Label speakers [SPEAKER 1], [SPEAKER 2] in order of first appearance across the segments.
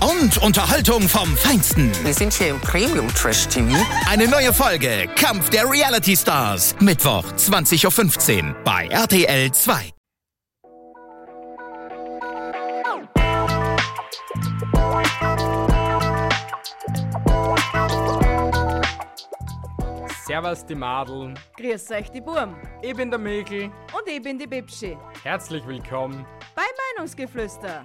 [SPEAKER 1] und Unterhaltung vom Feinsten.
[SPEAKER 2] Wir sind hier im Premium Trash TV.
[SPEAKER 1] Eine neue Folge Kampf der Reality Stars. Mittwoch, 20.15 Uhr bei RTL 2.
[SPEAKER 3] Servus die Madeln,
[SPEAKER 4] Grüß euch die Burm
[SPEAKER 3] ich bin der Mikl,
[SPEAKER 4] und ich bin die Bibschi
[SPEAKER 3] herzlich willkommen.
[SPEAKER 4] bei Meinungsgeflüster.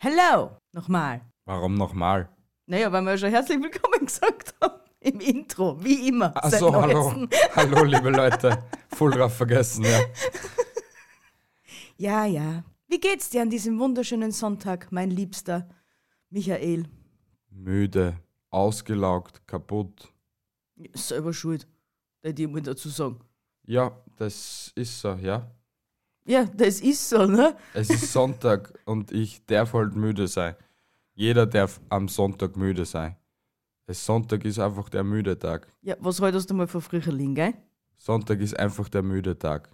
[SPEAKER 4] Hello, nochmal.
[SPEAKER 3] Warum nochmal?
[SPEAKER 4] Naja, weil wir ja schon herzlich willkommen gesagt haben. Im Intro, wie immer. seit
[SPEAKER 3] Achso, Also, hallo,
[SPEAKER 4] Neuestem.
[SPEAKER 3] hallo liebe Leute, voll drauf vergessen, ja.
[SPEAKER 4] Ja, ja. Wie geht's dir an diesem wunderschönen Sonntag, mein liebster Michael?
[SPEAKER 3] Müde, ausgelaugt, kaputt.
[SPEAKER 4] Selber schuld, hätte ich mal dazu sagen.
[SPEAKER 3] Ja, das ist so, ja.
[SPEAKER 4] Ja, das ist so, ne?
[SPEAKER 3] Es ist Sonntag und ich darf halt müde sein. Jeder darf am Sonntag müde sein. Es Sonntag ist einfach der müde Tag.
[SPEAKER 4] Ja, was haltest du mal von Fricherling, gell?
[SPEAKER 3] Sonntag ist einfach der müde Tag.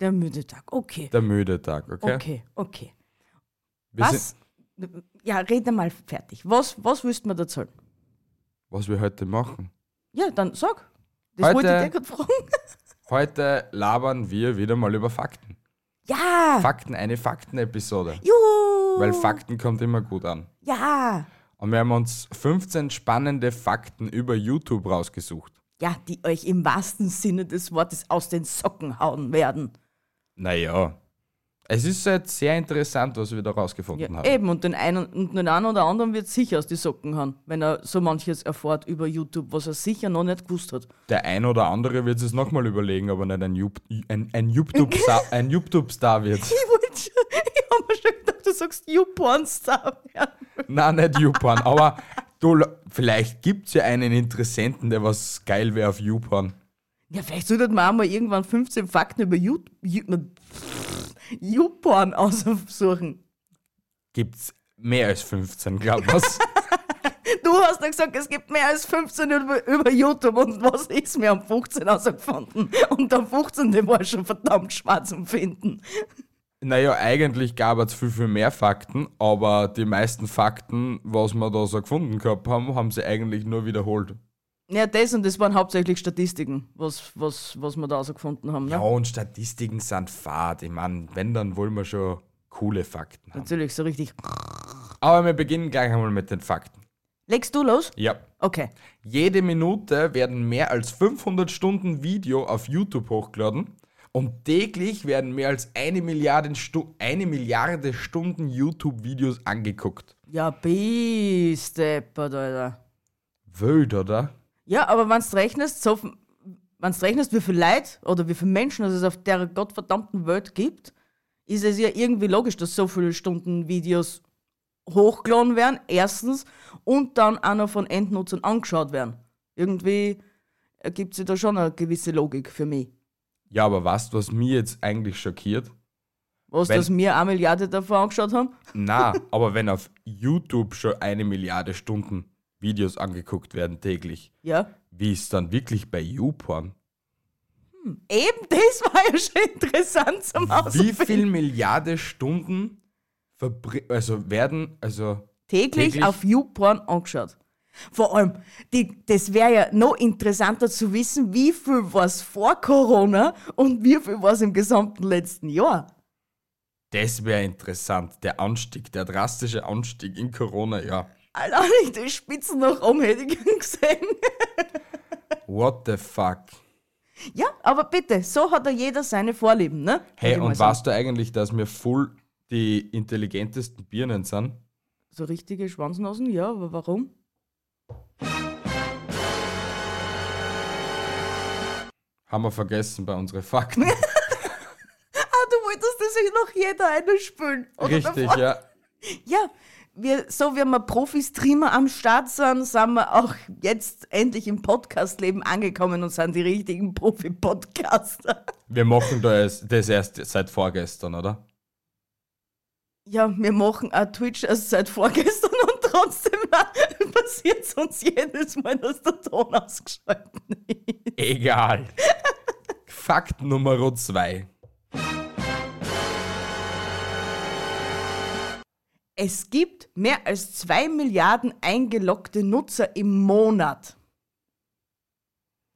[SPEAKER 4] Der müde Tag, okay.
[SPEAKER 3] Der müde Tag, okay?
[SPEAKER 4] Okay, okay.
[SPEAKER 3] Wir
[SPEAKER 4] was?
[SPEAKER 3] Sind,
[SPEAKER 4] Ja, red mal fertig. Was, was willst du mir dazu?
[SPEAKER 3] was wir heute machen?
[SPEAKER 4] Ja, dann sag. Das
[SPEAKER 3] Heute-
[SPEAKER 4] wollte ich dir gerade fragen.
[SPEAKER 3] Heute labern wir wieder mal über Fakten.
[SPEAKER 4] Ja!
[SPEAKER 3] Fakten, eine Fakten-Episode.
[SPEAKER 4] Juhu!
[SPEAKER 3] Weil Fakten kommt immer gut an.
[SPEAKER 4] Ja!
[SPEAKER 3] Und wir haben uns 15 spannende Fakten über YouTube rausgesucht.
[SPEAKER 4] Ja, die euch im wahrsten Sinne des Wortes aus den Socken hauen werden.
[SPEAKER 3] Naja. Es ist halt sehr interessant, was wir da rausgefunden
[SPEAKER 4] Ja,
[SPEAKER 3] haben.
[SPEAKER 4] eben, und den einen und den einen oder anderen wird sicher aus den Socken hauen, wenn er so manches erfährt über YouTube, was er sicher noch nicht gewusst hat.
[SPEAKER 3] Der ein oder andere wird es nochmal überlegen, ob er nicht ein, Jup- ein, ein YouTube-Star ein YouTube wird.
[SPEAKER 4] Ich wollte schon, ich habe mir schon gedacht, du sagst You Pornstar werden.
[SPEAKER 3] Nein, nicht YouPorn, aber du, Le- vielleicht gibt es ja einen Interessenten, der was geil wäre auf YouPorn.
[SPEAKER 4] Ja, vielleicht sollten wir auch mal irgendwann 15 Fakten über You- You- YouPorn aussuchen.
[SPEAKER 3] Gibt's mehr als 15, glaub was?
[SPEAKER 4] Du hast ja gesagt, es gibt mehr als 15 über, über YouTube und was ist mir am 15 ausgefunden? Und am 15. war ich schon verdammt schwarz zum Finden.
[SPEAKER 3] Naja, eigentlich gab es viel, viel mehr Fakten, aber die meisten Fakten, was wir da so gefunden gehabt haben, haben sie eigentlich nur wiederholt.
[SPEAKER 4] Ja, das und das waren hauptsächlich Statistiken, was, was, was wir da ausgefunden haben. Ne?
[SPEAKER 3] Ja, und Statistiken sind fad. Ich meine, wenn, dann wollen wir schon coole Fakten haben.
[SPEAKER 4] Natürlich, so richtig.
[SPEAKER 3] Aber wir beginnen gleich einmal mit den Fakten.
[SPEAKER 4] Legst du los?
[SPEAKER 3] Ja.
[SPEAKER 4] Okay.
[SPEAKER 3] Jede Minute werden mehr als 500 Stunden Video auf YouTube hochgeladen und täglich werden mehr als eine Milliarde, Stu eine Milliarde Stunden YouTube-Videos angeguckt.
[SPEAKER 4] Ja, bis deppert, Alter.
[SPEAKER 3] Wild, oder?
[SPEAKER 4] Ja, aber wenn du rechnest, so, wenn's rechnest, wie viel Leid oder wie viele Menschen es auf der gottverdammten Welt gibt, ist es ja irgendwie logisch, dass so viele Stunden Videos hochgeladen werden, erstens, und dann auch noch von Endnutzern angeschaut werden. Irgendwie ergibt sich da schon eine gewisse Logik für mich.
[SPEAKER 3] Ja, aber weißt du, was mich jetzt eigentlich schockiert?
[SPEAKER 4] Was,
[SPEAKER 3] Wenn-
[SPEAKER 4] dass wir eine Milliarde davon angeschaut haben?
[SPEAKER 3] Na, aber wenn auf YouTube schon eine Milliarde Stunden Videos angeguckt werden täglich,
[SPEAKER 4] Ja.
[SPEAKER 3] wie ist dann wirklich bei YouPorn?
[SPEAKER 4] Eben das war ja schon interessant zum
[SPEAKER 3] Wie
[SPEAKER 4] Ausfinden.
[SPEAKER 3] viel Milliarden Stunden verbri- also werden, also
[SPEAKER 4] täglich,
[SPEAKER 3] Täglich?
[SPEAKER 4] auf YouPorn angeschaut. Vor allem, die, das wäre ja noch interessanter zu wissen, wie viel war es vor Corona und wie viel war es im gesamten letzten Jahr.
[SPEAKER 3] das wäre interessant, der Anstieg, der drastische Anstieg in Corona, ja.
[SPEAKER 4] Allein ich die Spitzen noch oben hätte ich gern gesehen.
[SPEAKER 3] What the fuck?
[SPEAKER 4] Ja, aber bitte, so hat ja jeder seine Vorlieben, ne?
[SPEAKER 3] Hey,
[SPEAKER 4] Würde ich mal
[SPEAKER 3] und
[SPEAKER 4] sagen.
[SPEAKER 3] weißt du eigentlich, dass wir voll die intelligentesten Birnen sind?
[SPEAKER 4] So richtige Schwanznasen, ja, aber warum?
[SPEAKER 3] Haben wir vergessen bei unseren Fakten.
[SPEAKER 4] Ah, sich eh noch jeder eine spülen. Oder
[SPEAKER 3] Richtig,
[SPEAKER 4] davor-
[SPEAKER 3] ja.
[SPEAKER 4] Ja, wir, so wie wir Profi-Streamer am Start sind, sind wir auch jetzt endlich im Podcast-Leben angekommen und sind die richtigen Profi-Podcaster.
[SPEAKER 3] Wir machen das, das erst seit vorgestern, oder?
[SPEAKER 4] Ja, wir machen auch Twitch erst seit vorgestern und trotzdem passiert es uns jedes Mal, dass der Ton ausgeschalten ist.
[SPEAKER 3] Egal. Fakt Nummer zwei.
[SPEAKER 4] Es gibt mehr als zwei Milliarden eingeloggte Nutzer im Monat.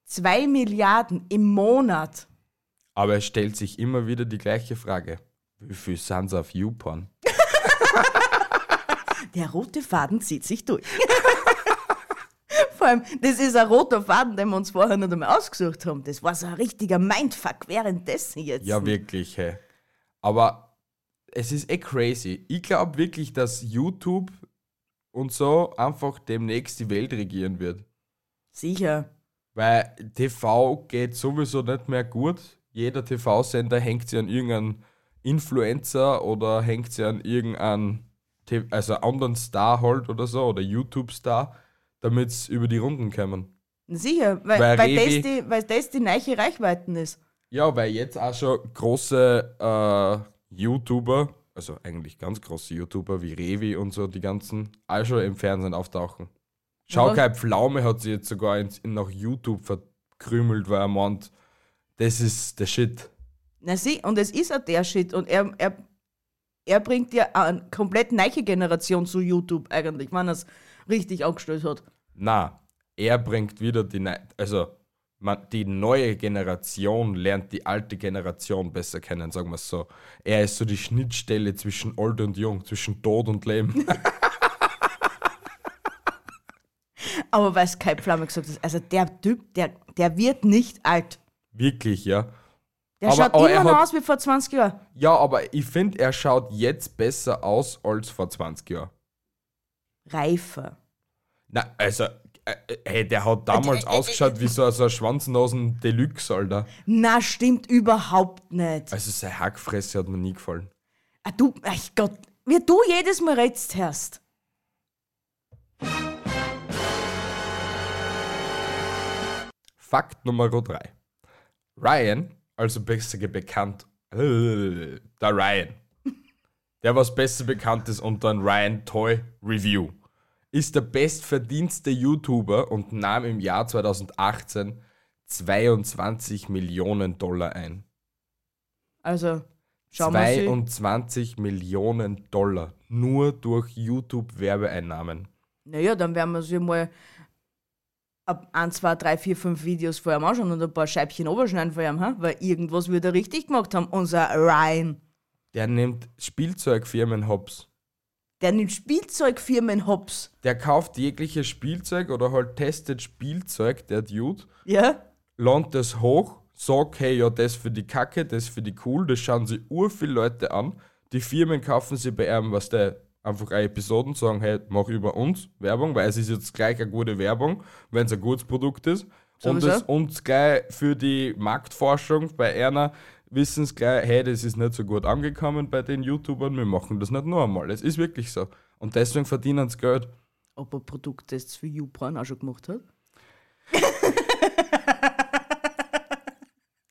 [SPEAKER 4] Zwei Milliarden im Monat.
[SPEAKER 3] Aber es stellt sich immer wieder die gleiche Frage. Wie viel sind's auf YouPorn?
[SPEAKER 4] Der rote Faden zieht sich durch. Vor allem, das ist ein roter Faden, den wir uns vorher nicht einmal ausgesucht haben. Das war so ein richtiger Mindfuck währenddessen jetzt.
[SPEAKER 3] Ja, wirklich, hey. Aber es ist eh crazy. Ich glaube wirklich, dass YouTube und so einfach demnächst die Welt regieren wird.
[SPEAKER 4] Sicher.
[SPEAKER 3] Weil TV geht sowieso nicht mehr gut. Jeder TV-Sender hängt sich an irgendeinen Influencer oder hängt sich an irgendeinen, T- also anderen Star halt oder so, oder YouTube-Star, damit es über die Runden kommen.
[SPEAKER 4] Sicher, weil,
[SPEAKER 3] Weil
[SPEAKER 4] weil,
[SPEAKER 3] Revi-
[SPEAKER 4] das, die, weil das die neue Reichweiten ist.
[SPEAKER 3] Ja, weil jetzt auch schon große äh, YouTuber, also eigentlich ganz große YouTuber wie Revi und so, die ganzen, auch schon im Fernsehen auftauchen. Schaukai Pflaume hat sich jetzt sogar ins, nach YouTube verkrümelt, weil er meint, das ist der Shit.
[SPEAKER 4] Na sieh, und es ist auch der Shit. Und er, er, er bringt ja eine komplett neue Generation zu YouTube eigentlich, wenn er es richtig angestellt hat.
[SPEAKER 3] Na, er bringt wieder die, Neu- also man, die neue Generation lernt die alte Generation besser kennen, sagen wir es so. Er ist so die Schnittstelle zwischen alt und jung, zwischen Tod und Leben.
[SPEAKER 4] Aber weil es Kai Pflaume gesagt hat, also der Typ, der, der wird nicht alt.
[SPEAKER 3] Wirklich, ja.
[SPEAKER 4] Der
[SPEAKER 3] Aber-
[SPEAKER 4] schaut
[SPEAKER 3] aber er
[SPEAKER 4] immer noch
[SPEAKER 3] hat-
[SPEAKER 4] aus wie vor 20 Jahren.
[SPEAKER 3] Ja, aber ich finde, er schaut jetzt besser aus als vor 20 Jahren.
[SPEAKER 4] Reifer.
[SPEAKER 3] Na, also, äh, äh, hey, der hat damals ausgeschaut wie so, so ein Schwanznosen Deluxe, Alter.
[SPEAKER 4] Na, stimmt überhaupt nicht.
[SPEAKER 3] Also, seine Hackfresse hat mir nie gefallen.
[SPEAKER 4] Ah, du, ach Gott, wie du jedes Mal redst, Herrst.
[SPEAKER 3] Fakt Nummer 3. Ryan, also besser ge- bekannt, äh, der Ryan, der was besser bekannt ist unter einem Ryan Toy Review, ist der bestverdienste YouTuber und nahm im Jahr 2018 22 Millionen Dollar ein.
[SPEAKER 4] Also, schauen wir mal.
[SPEAKER 3] 22 Millionen Dollar nur durch YouTube-Werbeeinnahmen.
[SPEAKER 4] Naja, dann werden wir uns ja mal ab 1, 2, 3, 4, 5 Videos vor ihm anschauen und ein paar Scheibchen oberschneiden vor ihm, ha? weil irgendwas wird er richtig gemacht haben, unser Ryan.
[SPEAKER 3] Der nimmt Spielzeugfirmen hops.
[SPEAKER 4] Der nimmt Spielzeugfirmen hops.
[SPEAKER 3] Der kauft jegliches Spielzeug oder halt testet Spielzeug, der Dude,
[SPEAKER 4] Ja?
[SPEAKER 3] lernt das hoch, sagt, hey, ja, das für die Kacke, das für die cool, das schauen sie ur viele Leute an. Die Firmen kaufen sie bei einem, was der einfach eine Episoden sagen, hey, mach über uns Werbung, weil es ist jetzt gleich eine gute Werbung, wenn es ein gutes Produkt ist. Und
[SPEAKER 4] Sowieso.
[SPEAKER 3] es uns gleich für die Marktforschung bei einer wissen es gleich, hey, das ist nicht so gut angekommen bei den YouTubern, wir machen das nicht nur einmal. Es ist wirklich so. Und deswegen verdienen sie Geld.
[SPEAKER 4] Ob er Produkttests für YouPorn auch schon gemacht hat?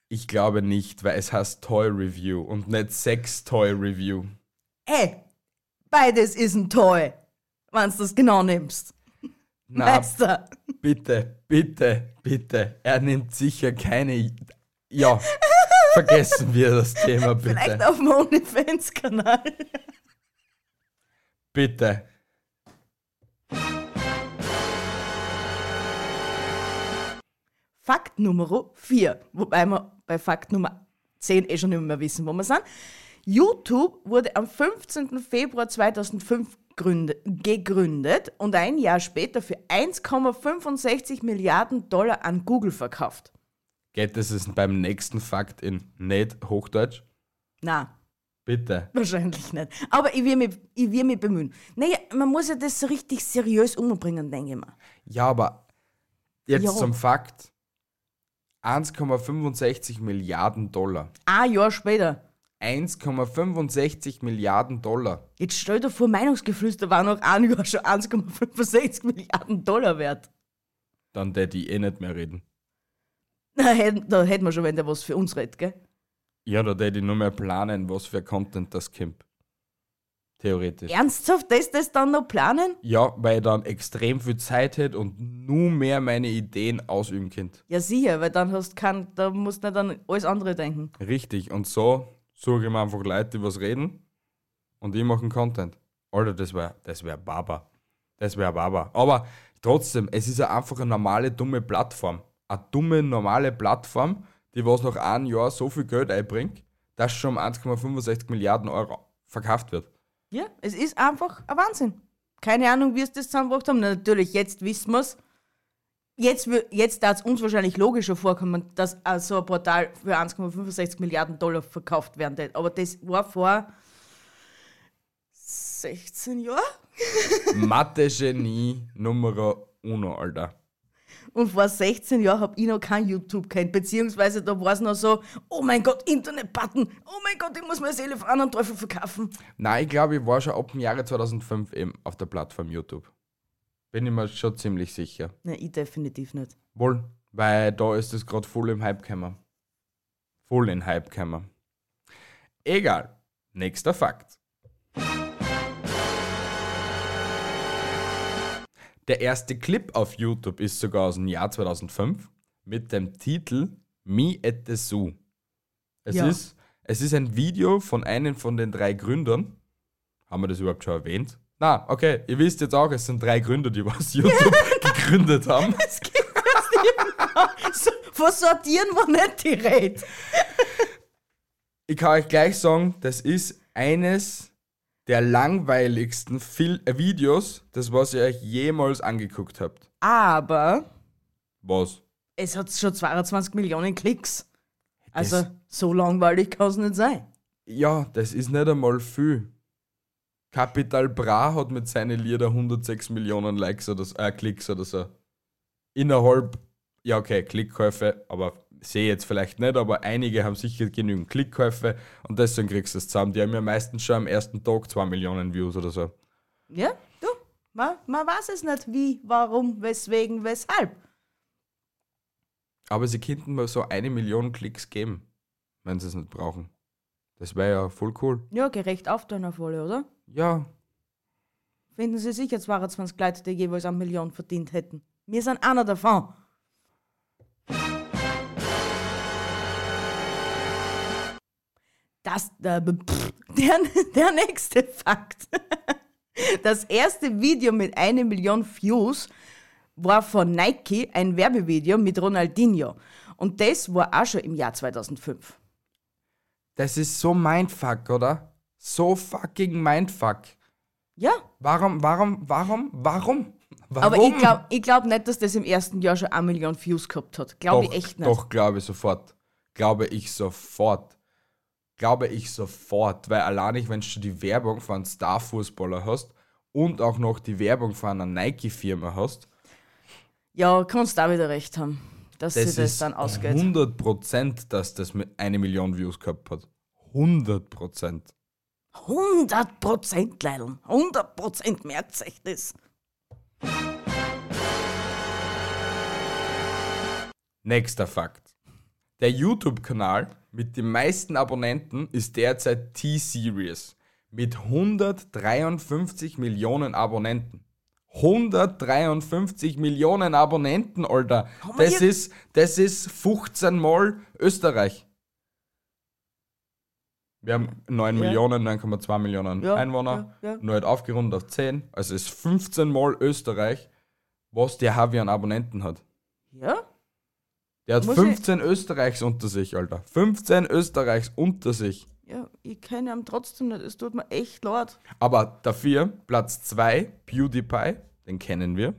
[SPEAKER 3] Ich glaube nicht, weil es heißt Toy Review und nicht Sex Toy Review.
[SPEAKER 4] Ey, beides ist ein Toy, wenn du das genau nimmst.
[SPEAKER 3] Na,
[SPEAKER 4] Meister.
[SPEAKER 3] bitte, bitte, bitte. Er nimmt sicher keine. Ja, vergessen wir das Thema
[SPEAKER 4] Vielleicht
[SPEAKER 3] bitte.
[SPEAKER 4] auf dem OnlyFans-Kanal.
[SPEAKER 3] Bitte.
[SPEAKER 4] Fakt Nummer 4, wobei wir bei Fakt Nummer 10 eh schon nicht mehr wissen, wo wir sind. YouTube wurde am 15. Februar 2005 gründe- gegründet und ein Jahr später für 1,65 Milliarden Dollar an Google verkauft.
[SPEAKER 3] Geht das jetzt beim nächsten Fakt in nicht Hochdeutsch?
[SPEAKER 4] Na,
[SPEAKER 3] Bitte.
[SPEAKER 4] Wahrscheinlich nicht. Aber ich will mich, ich will mich bemühen. Naja, man muss ja das so richtig seriös umbringen, denke ich mal.
[SPEAKER 3] Ja, aber jetzt
[SPEAKER 4] Ja.
[SPEAKER 3] zum Fakt. 1,65 Milliarden Dollar.
[SPEAKER 4] Ein Jahr später.
[SPEAKER 3] 1,65 Milliarden Dollar.
[SPEAKER 4] Jetzt stell dir vor, Meinungsgeflüster war noch ein Jahr schon 1,65 Milliarden Dollar wert.
[SPEAKER 3] Dann der die eh nicht mehr reden.
[SPEAKER 4] Na, hätten- Da hätten wir schon, wenn der was für uns redet, gell?
[SPEAKER 3] Ja, da hätte ich nur mehr planen, was für Content das kommt. Theoretisch. Ja,
[SPEAKER 4] Ernsthaft, das, das dann noch planen?
[SPEAKER 3] weil ich dann extrem viel Zeit hätte und nur mehr meine Ideen ausüben könnte.
[SPEAKER 4] Ja, sicher, weil dann hast kann, da musst du nicht an alles andere denken.
[SPEAKER 3] Richtig. Und so suche ich mir einfach Leute, die was reden und die machen Content. Alter, das wäre das wär Baba. Das wäre Baba. Aber trotzdem, es ist ja einfach eine normale, dumme Plattform. Eine dumme, normale Plattform, die was nach einem Jahr so viel Geld einbringt, dass schon um 1,65 Milliarden Euro verkauft wird.
[SPEAKER 4] Ja, es ist einfach ein Wahnsinn. Keine Ahnung, wie es das zusammengebracht haben. Na, natürlich, jetzt wissen wir es. Jetzt, wür- jetzt darf es uns wahrscheinlich logischer vorkommen, dass äh, so ein Portal für 1,65 Milliarden Dollar verkauft werden tät. Aber das war vor 16 Jahren.
[SPEAKER 3] Mathe-Genie Nummer uno, Alter.
[SPEAKER 4] Und vor 16 Jahren habe ich noch kein YouTube kennt, beziehungsweise da war es noch so, oh mein Gott, Internet-Button, oh mein Gott, ich muss meine Seele für anderen Teufel verkaufen.
[SPEAKER 3] Nein, ich glaube, ich war schon ab dem Jahre 2005 eben auf der Plattform YouTube. Bin ich mir schon ziemlich sicher.
[SPEAKER 4] Nein, ich definitiv nicht.
[SPEAKER 3] Wohl, weil da ist es gerade voll im Hype gekommen. Voll in Hype gekommen. Egal. Nächster Fakt. Der erste Clip auf YouTube ist sogar aus dem Jahr 2005 mit dem Titel Me at the Zoo. Es,
[SPEAKER 4] Ja.
[SPEAKER 3] ist, es ist ein Video von einem von den drei Gründern. Haben wir das überhaupt schon erwähnt? Na, okay, ihr wisst jetzt auch, es sind drei Gründer, die was YouTube gegründet haben.
[SPEAKER 4] Es gibt das nicht. Was sortieren wir nicht die Rede?
[SPEAKER 3] ich kann euch gleich sagen, das ist eines der langweiligsten Fil äh, Videos, das was ihr euch jemals angeguckt habt.
[SPEAKER 4] Aber
[SPEAKER 3] Was?
[SPEAKER 4] es hat schon 22 Millionen Klicks. Also
[SPEAKER 3] Das-
[SPEAKER 4] so langweilig kann es nicht sein.
[SPEAKER 3] Ja, das ist nicht einmal viel. Capital Bra hat mit seinen Lieder 106 Millionen Likes oder so, äh, Klicks oder so. Innerhalb, ja okay, Klickkäufe, aber sehe jetzt vielleicht nicht, aber einige haben sicher genügend Klickkäufe und deswegen kriegst du es zusammen. Die haben ja meistens schon am ersten Tag 2 Millionen Views oder so.
[SPEAKER 4] Ja, du, man, man weiß es nicht, wie, warum, weswegen, weshalb.
[SPEAKER 3] Aber sie könnten mal so eine Million Klicks geben, wenn sie es nicht brauchen. Das wäre ja voll cool.
[SPEAKER 4] Ja, gerecht aufteilen auf alle, oder?
[SPEAKER 3] Ja,
[SPEAKER 4] Finden Sie sicher 22 Leute, die jeweils eine Million verdient hätten. Wir sind einer davon. Das, äh, pff, der, der nächste Fakt. Das erste Video mit einer Million Views war von Nike ein Werbevideo mit Ronaldinho. Und das war auch schon im Jahr 2005.
[SPEAKER 3] das ist so Mindfuck, oder? So fucking Mindfuck.
[SPEAKER 4] Ja,
[SPEAKER 3] Warum, warum, warum, warum? warum?
[SPEAKER 4] aber ich glaube ich glaub nicht, dass das im ersten Jahr schon eine Million Views gehabt hat. Glaube ich echt nicht.
[SPEAKER 3] Doch, glaube ich sofort. Glaube ich sofort. Glaube ich sofort. Weil allein ich, wenn du die Werbung von einem Star-Fußballer hast und auch noch die Werbung von einer Nike-Firma hast,
[SPEAKER 4] Ja, kannst da wieder recht haben, dass sie das dann ausgeht.
[SPEAKER 3] 100 Prozent, dass das mit eine Million Views gehabt hat. 100 Prozent.
[SPEAKER 4] 100 Prozent, Leilon. 100 Prozent merkt sich das.
[SPEAKER 3] Nächster Fakt. Der YouTube-Kanal mit den meisten Abonnenten ist derzeit T-Series mit 153 Millionen Abonnenten. 153 Millionen Abonnenten, Alter.
[SPEAKER 4] wir
[SPEAKER 3] Das
[SPEAKER 4] hier-
[SPEAKER 3] ist, das ist 15 Mal Österreich. Wir haben 9 Millionen, 9,2 Millionen
[SPEAKER 4] Ja,
[SPEAKER 3] Einwohner,
[SPEAKER 4] ja, ja.
[SPEAKER 3] nur halt aufgerundet auf 10. Also es ist 15 Mal Österreich, was der Javi an Abonnenten hat.
[SPEAKER 4] Ja?
[SPEAKER 3] Der hat
[SPEAKER 4] Muss ich-
[SPEAKER 3] 15 Österreichs unter sich, Alter. 15 Österreichs unter sich.
[SPEAKER 4] Ja, ich kenne ihn trotzdem nicht. Es tut mir echt leid.
[SPEAKER 3] Aber dafür Platz 2, PewDiePie, den kennen wir.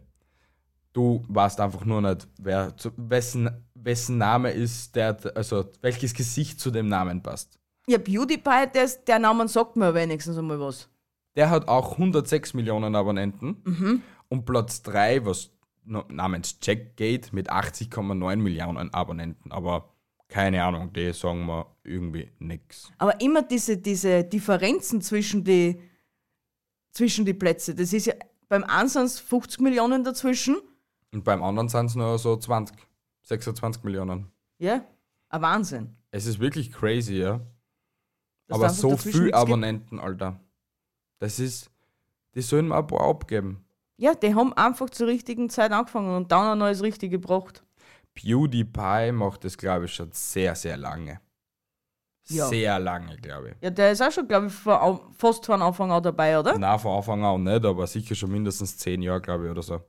[SPEAKER 3] Du weißt einfach nur nicht, wer zu, wessen, wessen Name ist, der, also welches Gesicht zu dem Namen passt.
[SPEAKER 4] Ja, PewDiePie, das, der Name sagt mir wenigstens einmal was.
[SPEAKER 3] Der hat auch 106 Millionen Abonnenten.
[SPEAKER 4] Mhm.
[SPEAKER 3] Und Platz 3, was no- namens Checkgate mit 80,9 Millionen Abonnenten. Aber Keine Ahnung, die sagen mir irgendwie nix.
[SPEAKER 4] Aber immer diese, diese Differenzen zwischen die, zwischen die Plätze. Das ist ja beim einen sind es 50 Millionen dazwischen.
[SPEAKER 3] Und beim anderen sind es nur so 20, 26 Millionen.
[SPEAKER 4] Ja, ein Wahnsinn.
[SPEAKER 3] Es ist wirklich crazy, ja.
[SPEAKER 4] dass da
[SPEAKER 3] aber
[SPEAKER 4] einfach
[SPEAKER 3] so
[SPEAKER 4] dazwischen
[SPEAKER 3] viel
[SPEAKER 4] nichts gibt.
[SPEAKER 3] Abonnenten, Alter. Das ist. Die sollen mal ein paar abgeben.
[SPEAKER 4] Ja, die haben einfach zur richtigen Zeit angefangen und dann ein neues Richtige gebracht.
[SPEAKER 3] PewDiePie macht das, glaube ich, schon sehr, sehr lange.
[SPEAKER 4] Ja.
[SPEAKER 3] Sehr lange, glaube ich.
[SPEAKER 4] Ja, der ist auch schon, glaube ich, von, au- fast von Anfang an dabei, oder?
[SPEAKER 3] Na, von Anfang an nicht, aber sicher schon mindestens zehn Jahre, glaube ich, oder so.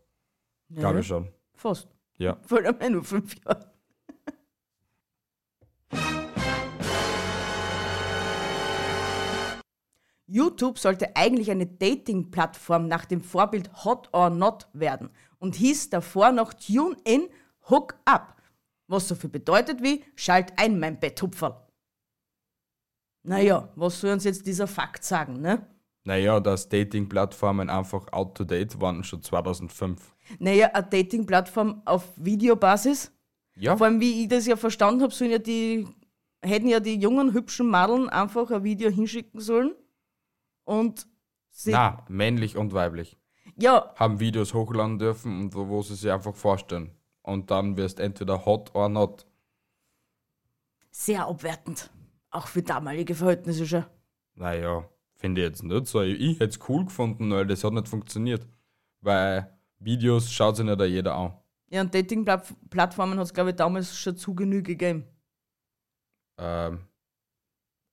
[SPEAKER 3] Glaube ich schon.
[SPEAKER 4] Fast.
[SPEAKER 3] Ja.
[SPEAKER 4] Vor allem nur fünf Jahre. YouTube sollte eigentlich eine Dating-Plattform nach dem Vorbild Hot or Not werden und hieß davor noch Tune in, Hook up, was so viel bedeutet wie Schalt ein, mein Betthupferl. Naja, was soll uns jetzt dieser Fakt sagen, ne?
[SPEAKER 3] Naja, dass Dating-Plattformen einfach out to date waren, schon 2005.
[SPEAKER 4] Naja, eine Dating-Plattform auf Videobasis
[SPEAKER 3] Ja,
[SPEAKER 4] Vor allem, wie ich das ja verstanden habe, sollen ja die, hätten ja die jungen, hübschen Madeln einfach ein Video hinschicken sollen. Und sie.
[SPEAKER 3] na, männlich und weiblich.
[SPEAKER 4] Ja,
[SPEAKER 3] Haben Videos hochladen dürfen und wo, wo sie sich einfach vorstellen. Und dann wirst entweder hot or not.
[SPEAKER 4] sehr abwertend. Auch für damalige Verhältnisse schon.
[SPEAKER 3] Naja, finde ich jetzt nicht so. Ich hätte es cool gefunden, weil das hat nicht funktioniert. Weil Videos schaut sich nicht jeder an.
[SPEAKER 4] Ja, und Dating-Plattformen hat es, glaube ich, damals schon zu Genüge gegeben.
[SPEAKER 3] Ähm,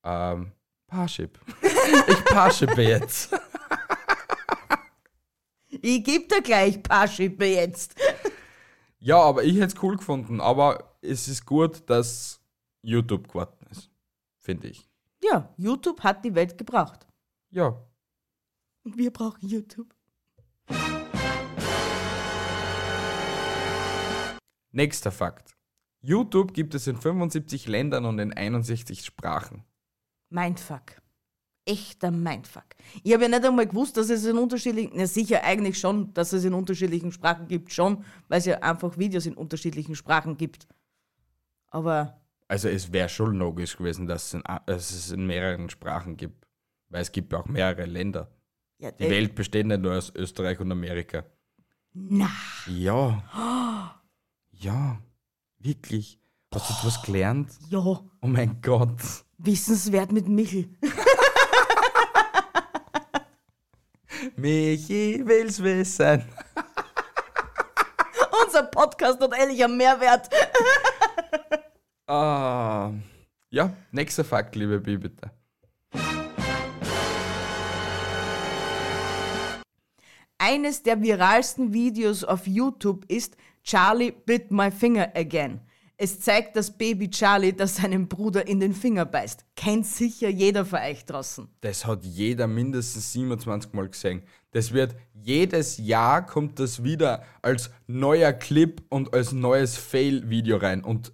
[SPEAKER 3] ähm, Parship. ich Parshippe jetzt.
[SPEAKER 4] Ich gebe dir gleich Parschippe jetzt.
[SPEAKER 3] Ja, aber ich hätte es cool gefunden. Aber es ist gut, dass YouTube geworden ist. Finde ich.
[SPEAKER 4] Ja, YouTube hat die Welt gebraucht.
[SPEAKER 3] Ja.
[SPEAKER 4] Und wir brauchen YouTube.
[SPEAKER 3] Nächster Fakt. YouTube gibt es in 75 Ländern und in 61 Sprachen.
[SPEAKER 4] Mindfuck. Echter Mindfuck. Ich habe ja nicht einmal gewusst, dass es in unterschiedlichen, na sicher eigentlich schon, dass es in unterschiedlichen Sprachen gibt, schon, weil es ja einfach Videos in unterschiedlichen Sprachen gibt. Aber
[SPEAKER 3] Also es wäre schon logisch gewesen, dass es, in, a- dass es in mehreren Sprachen gibt. Weil es gibt ja auch mehrere Länder.
[SPEAKER 4] ja,
[SPEAKER 3] Die Welt besteht nicht nur aus Österreich und Amerika.
[SPEAKER 4] Na,
[SPEAKER 3] Ja. Ja. Wirklich. Hast du etwas gelernt?
[SPEAKER 4] ja,
[SPEAKER 3] Oh mein Gott.
[SPEAKER 4] wissenswert mit Michel.
[SPEAKER 3] Michi will's wissen.
[SPEAKER 4] Unser Podcast hat ehrlich einen Mehrwert.
[SPEAKER 3] Ah. Ja, nächster Fakt, liebe Bi, bitte.
[SPEAKER 4] Eines der viralsten Videos auf YouTube ist Charlie bit my finger again. Es zeigt das Baby Charlie, das seinem Bruder in den Finger beißt. Kennt sicher jeder von euch draußen.
[SPEAKER 3] Das hat jeder mindestens 27 Mal gesehen. Das wird jedes Jahr kommt das wieder als neuer Clip und als neues Fail-Video rein. Und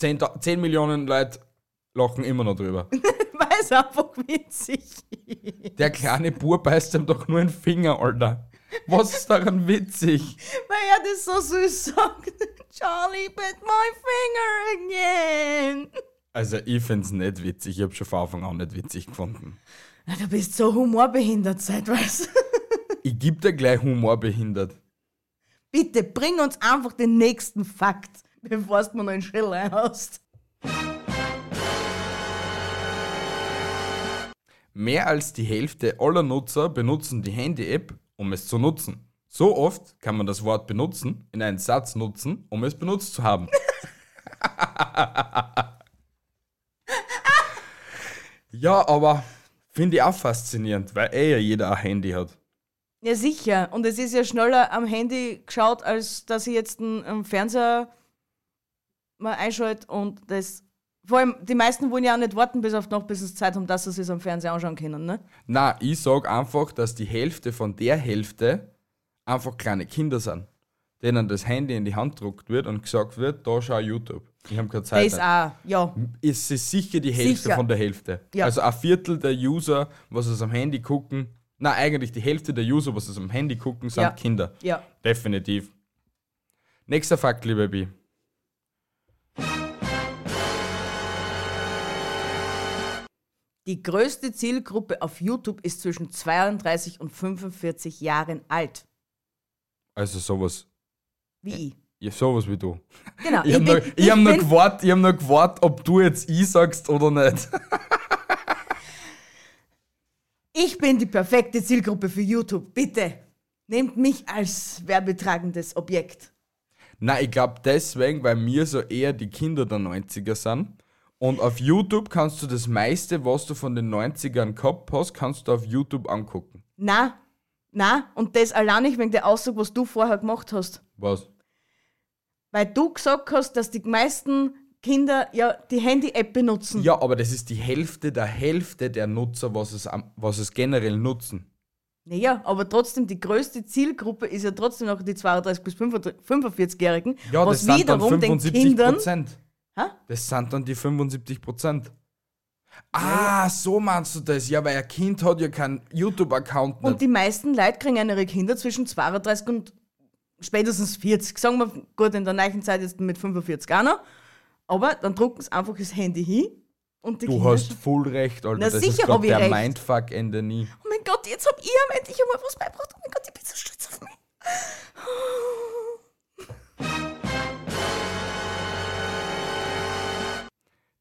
[SPEAKER 3] 10, Ta- 10 Millionen Leute lachen immer noch drüber.
[SPEAKER 4] weil es einfach witzig ist.
[SPEAKER 3] Der kleine Bub beißt ihm doch nur einen Finger, Alter. Was ist daran witzig?
[SPEAKER 4] Weil er das so süß sagt. Charlie, bit my finger again.
[SPEAKER 3] Also, ich find's nicht witzig. Ich hab schon von Anfang an nicht witzig gefunden.
[SPEAKER 4] Na, du bist so humorbehindert zeitweise.
[SPEAKER 3] Ich geb dir gleich humorbehindert.
[SPEAKER 4] Bitte bring uns einfach den nächsten Fakt, bevor du mir noch einen Schill einhaust.
[SPEAKER 3] Mehr als die Hälfte aller Nutzer benutzen die Handy-App, um es zu nutzen. So oft kann man das Wort benutzen in einen Satz nutzen, um es benutzt zu haben. ja, aber finde ich auch faszinierend, weil eh ja jeder ein Handy hat.
[SPEAKER 4] Ja, sicher. Und es ist ja schneller am Handy geschaut, als dass ich jetzt einen, einen Fernseher mal einschalte und das. Vor allem, die meisten wollen ja auch nicht warten, bis auf noch bis es Zeit haben, dass sie es am Fernseher anschauen können, ne?
[SPEAKER 3] Na, ich sag einfach, dass die Hälfte von der Hälfte einfach kleine Kinder sind, denen das Handy in die Hand gedruckt wird und gesagt wird, da schau YouTube. Ich habe keine Zeit.
[SPEAKER 4] Das auch, ja.
[SPEAKER 3] ist es sicher die Hälfte
[SPEAKER 4] Sicher.
[SPEAKER 3] von der Hälfte.
[SPEAKER 4] Ja.
[SPEAKER 3] Also ein Viertel der User, was es am Handy gucken, na eigentlich die Hälfte der User, was es am Handy gucken, sind
[SPEAKER 4] Ja.
[SPEAKER 3] Kinder.
[SPEAKER 4] Ja.
[SPEAKER 3] Definitiv. Nächster Fakt, liebe Bi.
[SPEAKER 4] Die größte Zielgruppe auf YouTube ist zwischen 32 und 45 Jahren alt.
[SPEAKER 3] Also sowas.
[SPEAKER 4] Wie ich.
[SPEAKER 3] Ja, sowas wie du.
[SPEAKER 4] Genau.
[SPEAKER 3] Ich habe
[SPEAKER 4] bin-
[SPEAKER 3] noch, ich hab noch
[SPEAKER 4] bin-
[SPEAKER 3] gewartet, ich hab noch gewartet, ob du jetzt ich sagst oder nicht.
[SPEAKER 4] Ich bin die perfekte Zielgruppe für YouTube. Bitte nehmt mich als werbetragendes Objekt.
[SPEAKER 3] Nein, ich glaube deswegen, weil mir so eher die Kinder der 90er sind. Und auf YouTube kannst du das meiste, was du von den 90ern gehabt hast, kannst du auf YouTube angucken.
[SPEAKER 4] Na, na, und das allein nicht wegen der Aussage, was du vorher gemacht hast.
[SPEAKER 3] Was?
[SPEAKER 4] Weil du gesagt hast, dass die meisten Kinder ja die Handy-App benutzen.
[SPEAKER 3] Ja, aber das ist die Hälfte der Hälfte der Nutzer, was es, am- was es generell nutzen.
[SPEAKER 4] Naja, aber trotzdem die größte Zielgruppe ist ja trotzdem noch die 32- bis 45-Jährigen,
[SPEAKER 3] Ja,
[SPEAKER 4] was
[SPEAKER 3] das sind dann
[SPEAKER 4] wiederum den
[SPEAKER 3] 75
[SPEAKER 4] Kindern.
[SPEAKER 3] Prozent.
[SPEAKER 4] Hä?
[SPEAKER 3] Das sind dann die 75 Prozent.
[SPEAKER 4] Äh.
[SPEAKER 3] Ah, so meinst du das? Ja, weil ein Kind hat ja keinen YouTube-Account.
[SPEAKER 4] Und die meisten Leute kriegen an ihre Kinder zwischen 32 und spätestens 40. Sagen wir, gut, in der neuen Zeit jetzt mit 45 auch noch. Aber dann drucken sie einfach das Handy hin und die
[SPEAKER 3] Du
[SPEAKER 4] Kinder.
[SPEAKER 3] hast voll recht, Alter.
[SPEAKER 4] Na,
[SPEAKER 3] das ist
[SPEAKER 4] sicher hab
[SPEAKER 3] grad
[SPEAKER 4] ich
[SPEAKER 3] der
[SPEAKER 4] recht.
[SPEAKER 3] Mindfuck-Ende nie.
[SPEAKER 4] Oh mein Gott, jetzt hab ich am endlich einmal was beibracht. Oh mein Gott, ich bin so stolz auf mich.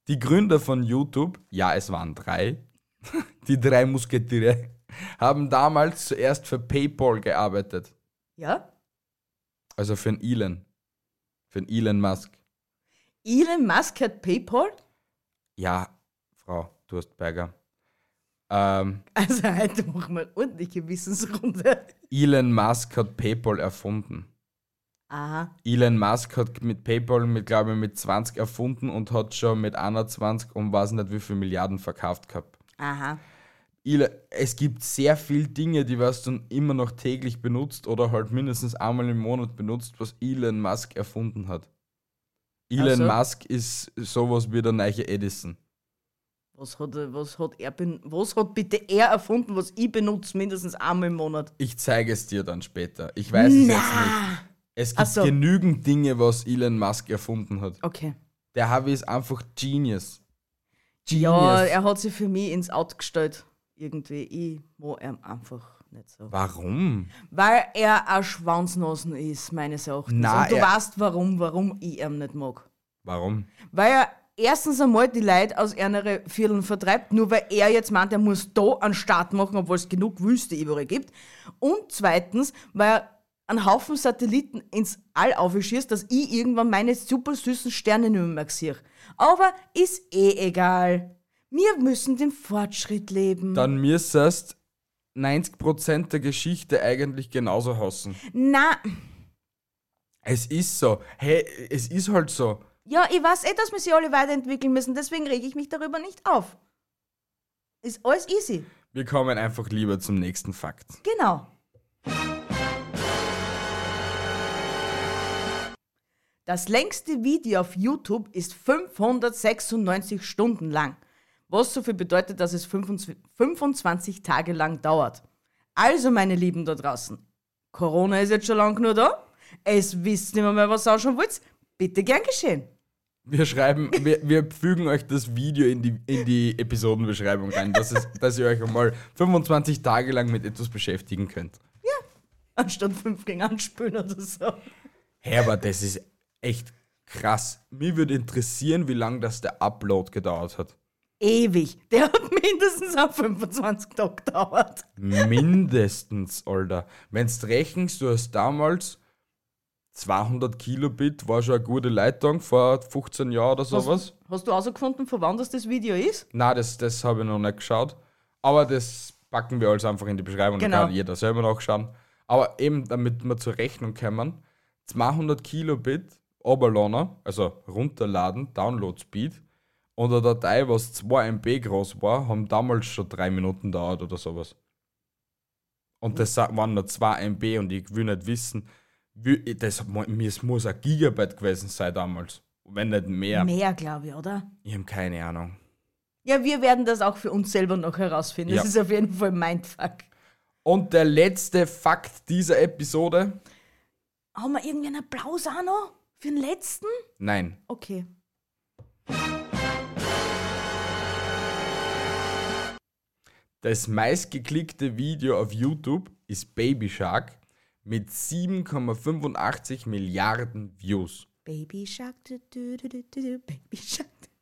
[SPEAKER 3] Die Gründer von YouTube, ja, es waren drei, die drei Musketiere, haben damals zuerst für PayPal gearbeitet.
[SPEAKER 4] Ja?
[SPEAKER 3] Also für einen Elon. Für einen Elon Musk.
[SPEAKER 4] Elon Musk hat PayPal.
[SPEAKER 3] Ja, Frau Durstberger. Ähm,
[SPEAKER 4] Also heute machen wir ordentliche Wissensrunde.
[SPEAKER 3] Elon Musk hat PayPal erfunden.
[SPEAKER 4] Aha.
[SPEAKER 3] Elon Musk hat mit PayPal, mit, glaube ich, mit 20 erfunden und hat schon mit 21 um weiß nicht wie viel Milliarden verkauft gehabt.
[SPEAKER 4] Aha.
[SPEAKER 3] Elon- Es gibt sehr viele Dinge, die was du immer noch täglich benutzt oder halt mindestens einmal im Monat benutzt, was Elon Musk erfunden hat. Elon
[SPEAKER 4] so.
[SPEAKER 3] Musk ist sowas wie der neue Edison.
[SPEAKER 4] Was hat, er- was, hat er, ben- was hat bitte er erfunden, was ich benutze mindestens einmal im Monat?
[SPEAKER 3] Ich zeige es dir dann später. Ich weiß es jetzt nicht. Es gibt
[SPEAKER 4] Ach so.
[SPEAKER 3] genügend Dinge, was Elon Musk erfunden hat.
[SPEAKER 4] Okay.
[SPEAKER 3] Der Harvey ist einfach Genius.
[SPEAKER 4] Ja, er hat sich für mich ins Out gestellt. Irgendwie, ich mag ihn einfach nicht so.
[SPEAKER 3] Warum?
[SPEAKER 4] Weil er ein Schwanznosen ist, meines Erachtens.
[SPEAKER 3] Na,
[SPEAKER 4] Und du
[SPEAKER 3] er-
[SPEAKER 4] weißt warum, warum ich ihn nicht mag.
[SPEAKER 3] Warum?
[SPEAKER 4] Weil er erstens einmal die Leute aus ihren Vierteln vertreibt, nur weil er jetzt meint, er muss da einen Start machen, obwohl es genug Wüste überall gibt. Und zweitens, weil er einen Haufen Satelliten ins All aufschießt, dass ich irgendwann meine super süßen Sterne nicht mehr sehe. Aber ist eh egal. Wir müssen den Fortschritt leben.
[SPEAKER 3] Dann müsstest 90% der Geschichte eigentlich genauso hassen.
[SPEAKER 4] Na,
[SPEAKER 3] Es ist so. Hey, es ist halt so.
[SPEAKER 4] ja, ich weiß eh, dass wir sie alle weiterentwickeln müssen, deswegen rege ich mich darüber nicht auf. Ist alles easy.
[SPEAKER 3] Wir kommen einfach lieber zum nächsten Fakt.
[SPEAKER 4] Genau. Das längste Video auf YouTube ist 596 Stunden lang, was so viel bedeutet, dass es 25 25 Tage lang dauert. Also, meine Lieben da draußen, Corona ist jetzt schon lang nur da. Es wisst nicht mehr, was ihr anschauen wollt. Bitte gern geschehen.
[SPEAKER 3] Wir schreiben, wir, wir fügen euch das Video in die, in die Episodenbeschreibung rein, dass, es, dass ihr euch einmal 25 Tage lang mit etwas beschäftigen könnt.
[SPEAKER 4] Anstatt fünf gegen anspülen oder so.
[SPEAKER 3] Hey, aber das ist echt krass. Mir würde interessieren, wie lange das der Upload gedauert hat.
[SPEAKER 4] Ewig. Der hat mindestens auch 25 Tage gedauert.
[SPEAKER 3] Mindestens, Alter. Wenn's rechnest, du hast damals 200 Kilobit, war schon eine gute Leitung vor 15 Jahren oder sowas.
[SPEAKER 4] Hast du herausgefunden, von wann das, das Video ist?
[SPEAKER 3] Nein, das, das habe ich noch nicht geschaut. Aber das packen wir also einfach in die Beschreibung, da
[SPEAKER 4] Genau.
[SPEAKER 3] kann jeder selber nachschauen. Aber eben, damit wir zur Rechnung kommen, 200 Kilobit Oberloner, also runterladen, Download Speed, und eine Datei, was 2 MB groß war, haben damals schon 3 Minuten dauert oder sowas. Und das sa- waren nur 2 MB und ich will nicht wissen, wie, das, mir- es muss ein Gigabyte gewesen sein damals. Wenn nicht mehr.
[SPEAKER 4] Mehr, glaube ich, oder?
[SPEAKER 3] Ich habe keine Ahnung.
[SPEAKER 4] Ja, wir werden das auch für uns selber noch herausfinden.
[SPEAKER 3] Ja.
[SPEAKER 4] Das ist auf jeden Fall Mindfuck.
[SPEAKER 3] Und der letzte Fakt dieser Episode.
[SPEAKER 4] Haben wir irgendwie einen Applaus auch noch? Für den letzten?
[SPEAKER 3] Nein.
[SPEAKER 4] Okay.
[SPEAKER 3] Das meistgeklickte Video auf YouTube ist Baby Shark mit 7,85 Milliarden Views.
[SPEAKER 4] Baby Shark, du, du, du, du, du, Baby Shark. du, du.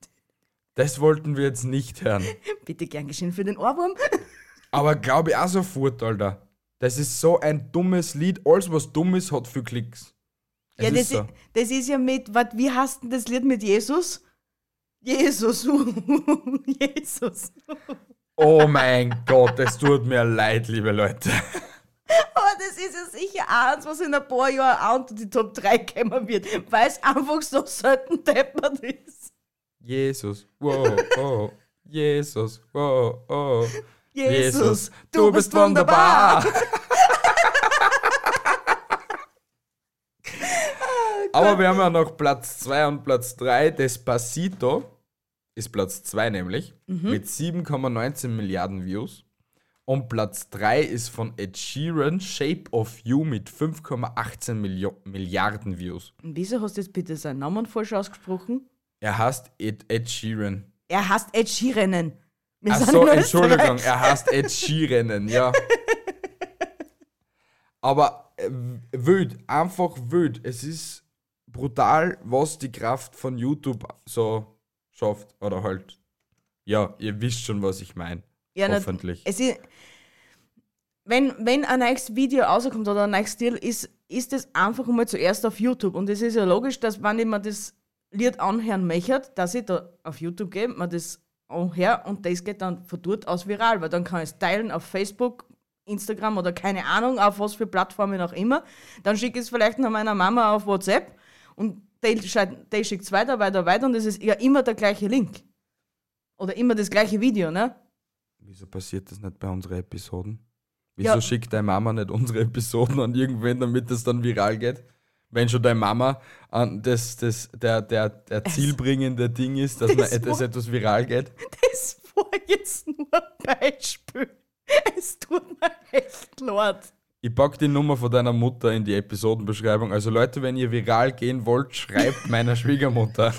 [SPEAKER 3] Das wollten wir jetzt nicht hören.
[SPEAKER 4] Bitte gern geschehen für den Ohrwurm.
[SPEAKER 3] Aber glaube ich auch sofort, Alter. Das ist so ein dummes Lied. Alles, was dumm ist, hat viel Klicks. Es
[SPEAKER 4] Ja, das,
[SPEAKER 3] so.
[SPEAKER 4] i- das ist ja mit, wat, wie heißt denn das Lied mit Jesus? Jesus, Jesus.
[SPEAKER 3] Oh mein Gott, es tut mir leid, liebe Leute.
[SPEAKER 4] Aber das ist ja sicher eins, was in ein paar Jahren auch unter die Top 3 kommen wird, weil es einfach so selten deppert ist.
[SPEAKER 3] Jesus, wow, oh. Jesus, wow, oh.
[SPEAKER 4] Jesus, du bist wunderbar.
[SPEAKER 3] Aber wir haben ja noch Platz 2 und Platz 3. Despacito ist Platz 2 nämlich mit 7,19 Milliarden Views. Und Platz 3 ist von Ed Sheeran Shape of You mit 5,18 Millio Milliarden Views.
[SPEAKER 4] Und wieso hast du jetzt bitte seinen Namen falsch ausgesprochen?
[SPEAKER 3] Er heißt Ed, Ed Sheeran.
[SPEAKER 4] Er hasst Ed Sheeranen. Wir sind
[SPEAKER 3] Achso,
[SPEAKER 4] in
[SPEAKER 3] Entschuldigung,
[SPEAKER 4] Österreich.
[SPEAKER 3] er hasst Ed Sheeranen, ja. Aber äh, wild, einfach wild. Es ist brutal, was die Kraft von YouTube so schafft. Oder halt, ja, ihr wisst schon, was ich meine.
[SPEAKER 4] Ja, nat-
[SPEAKER 3] Hoffentlich.
[SPEAKER 4] Es ist, wenn, wenn ein neues Video rauskommt oder ein neues Stil, ist, ist das einfach mal zuerst auf YouTube. Und es ist ja logisch, dass wenn ich mir das Lied anhören möchte, dass ich da auf YouTube gehe, mir das anhöre und das geht dann von dort aus viral, weil dann kann ich es teilen auf Facebook, Instagram oder keine Ahnung, auf was für Plattformen auch immer. Dann schicke ich es vielleicht noch meiner Mama auf WhatsApp und die schickt es weiter, weiter, weiter und es ist ja immer der gleiche Link. Oder immer das gleiche Video, ne?
[SPEAKER 3] Wieso passiert das nicht bei unseren Episoden? Wieso
[SPEAKER 4] Ja.
[SPEAKER 3] schickt deine Mama nicht unsere Episoden an irgendwen, damit das dann viral geht? Wenn schon deine Mama an das, das, der, der, der zielbringende Ding ist, dass man
[SPEAKER 4] das
[SPEAKER 3] etwas,
[SPEAKER 4] war-
[SPEAKER 3] etwas viral geht.
[SPEAKER 4] Das war jetzt nur ein Beispiel. Es tut mir echt leid.
[SPEAKER 3] Ich pack die Nummer von deiner Mutter in die Episodenbeschreibung. Also Leute, wenn ihr viral gehen wollt, schreibt meiner Schwiegermutter.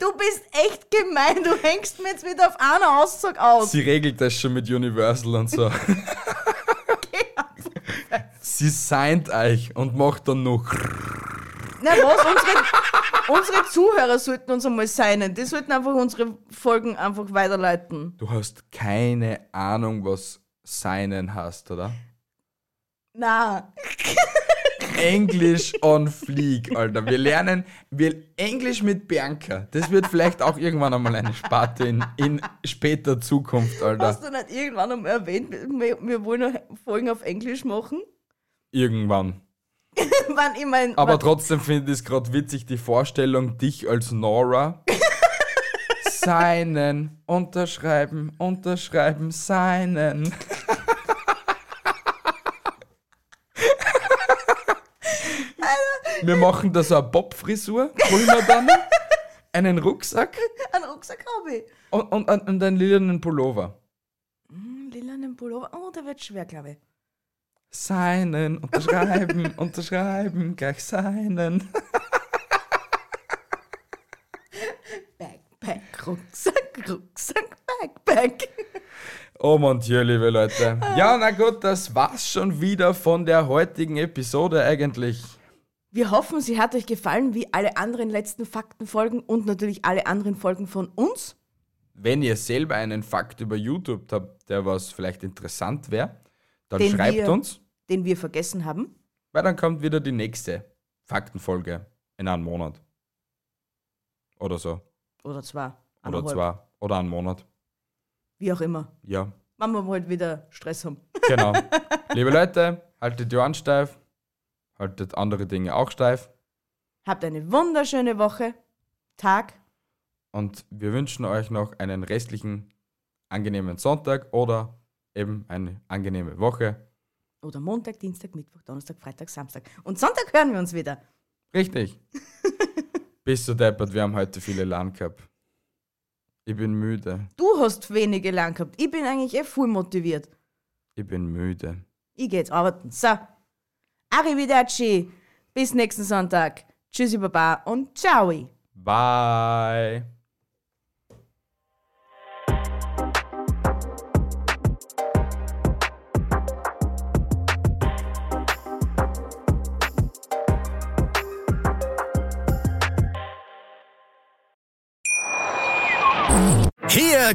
[SPEAKER 4] Du bist echt gemein. Du hängst mir jetzt wieder auf eine Aussage aus.
[SPEAKER 3] Sie regelt das schon mit Universal und so. Sie signed euch und macht dann noch.
[SPEAKER 4] Na was, unsere, unsere Zuhörer sollten uns einmal sein. Die sollten einfach unsere Folgen einfach weiterleiten.
[SPEAKER 3] Du hast keine Ahnung, was signen hast, oder?
[SPEAKER 4] Na,
[SPEAKER 3] Englisch on fleek, Alter. Wir lernen wir Englisch mit Bianca. Das wird vielleicht auch irgendwann einmal eine Sparte in, in später Zukunft, Alter.
[SPEAKER 4] hast du nicht irgendwann einmal erwähnt, wir, wir wollen noch Folgen auf Englisch machen?
[SPEAKER 3] Irgendwann.
[SPEAKER 4] Wann ich mein,
[SPEAKER 3] Aber
[SPEAKER 4] wann-
[SPEAKER 3] trotzdem finde ich es gerade witzig, die Vorstellung, dich als Nora. seinen, unterschreiben, unterschreiben, seinen. Wir machen da so eine Bob-Frisur, holen wir dann einen Rucksack
[SPEAKER 4] einen Rucksack habe ich.
[SPEAKER 3] und, und, und einen lilanen Pullover.
[SPEAKER 4] Hm, Lilanen Pullover. Oh, der wird schwer, glaube ich.
[SPEAKER 3] Seinen, unterschreiben, unterschreiben, gleich seinen.
[SPEAKER 4] Backpack, Rucksack, Rucksack, Backpack.
[SPEAKER 3] Oh mon Dieu, liebe Leute.
[SPEAKER 4] Ah.
[SPEAKER 3] Ja, na gut, das war's schon wieder von der heutigen Episode eigentlich.
[SPEAKER 4] Wir hoffen, sie hat euch gefallen, wie alle anderen letzten Faktenfolgen und natürlich alle anderen Folgen von uns.
[SPEAKER 3] Wenn ihr selber einen Fakt über YouTube habt, der was vielleicht interessant wäre, dann
[SPEAKER 4] Den
[SPEAKER 3] schreibt
[SPEAKER 4] wir-
[SPEAKER 3] uns,
[SPEAKER 4] Den wir vergessen haben.
[SPEAKER 3] weil dann kommt wieder die nächste Faktenfolge in einem Monat. Oder so.
[SPEAKER 4] Oder zwar.
[SPEAKER 3] Oder
[SPEAKER 4] anderthalb.
[SPEAKER 3] zwei. Oder einen Monat.
[SPEAKER 4] Wie auch immer.
[SPEAKER 3] Ja,
[SPEAKER 4] Wenn wir halt wieder Stress haben.
[SPEAKER 3] genau. liebe Leute, haltet die Ohren steif. Haltet andere Dinge auch steif.
[SPEAKER 4] Habt eine wunderschöne Woche, Tag.
[SPEAKER 3] Und wir wünschen euch noch einen restlichen angenehmen Sonntag oder eben eine angenehme Woche.
[SPEAKER 4] Oder Montag, Dienstag, Mittwoch, Donnerstag, Freitag, Samstag. Und Sonntag hören wir uns wieder.
[SPEAKER 3] Richtig. Bist du deppert, wir haben heute viele Lahn gehabt. Ich bin müde.
[SPEAKER 4] Du hast wenige lang gehabt. Ich bin eigentlich eh voll motiviert.
[SPEAKER 3] Ich bin müde.
[SPEAKER 4] Ich geh jetzt arbeiten. So. Arrivederci. Bis nächsten Sonntag. Tschüssi, Baba und ciao.
[SPEAKER 3] Bye.
[SPEAKER 1] Hier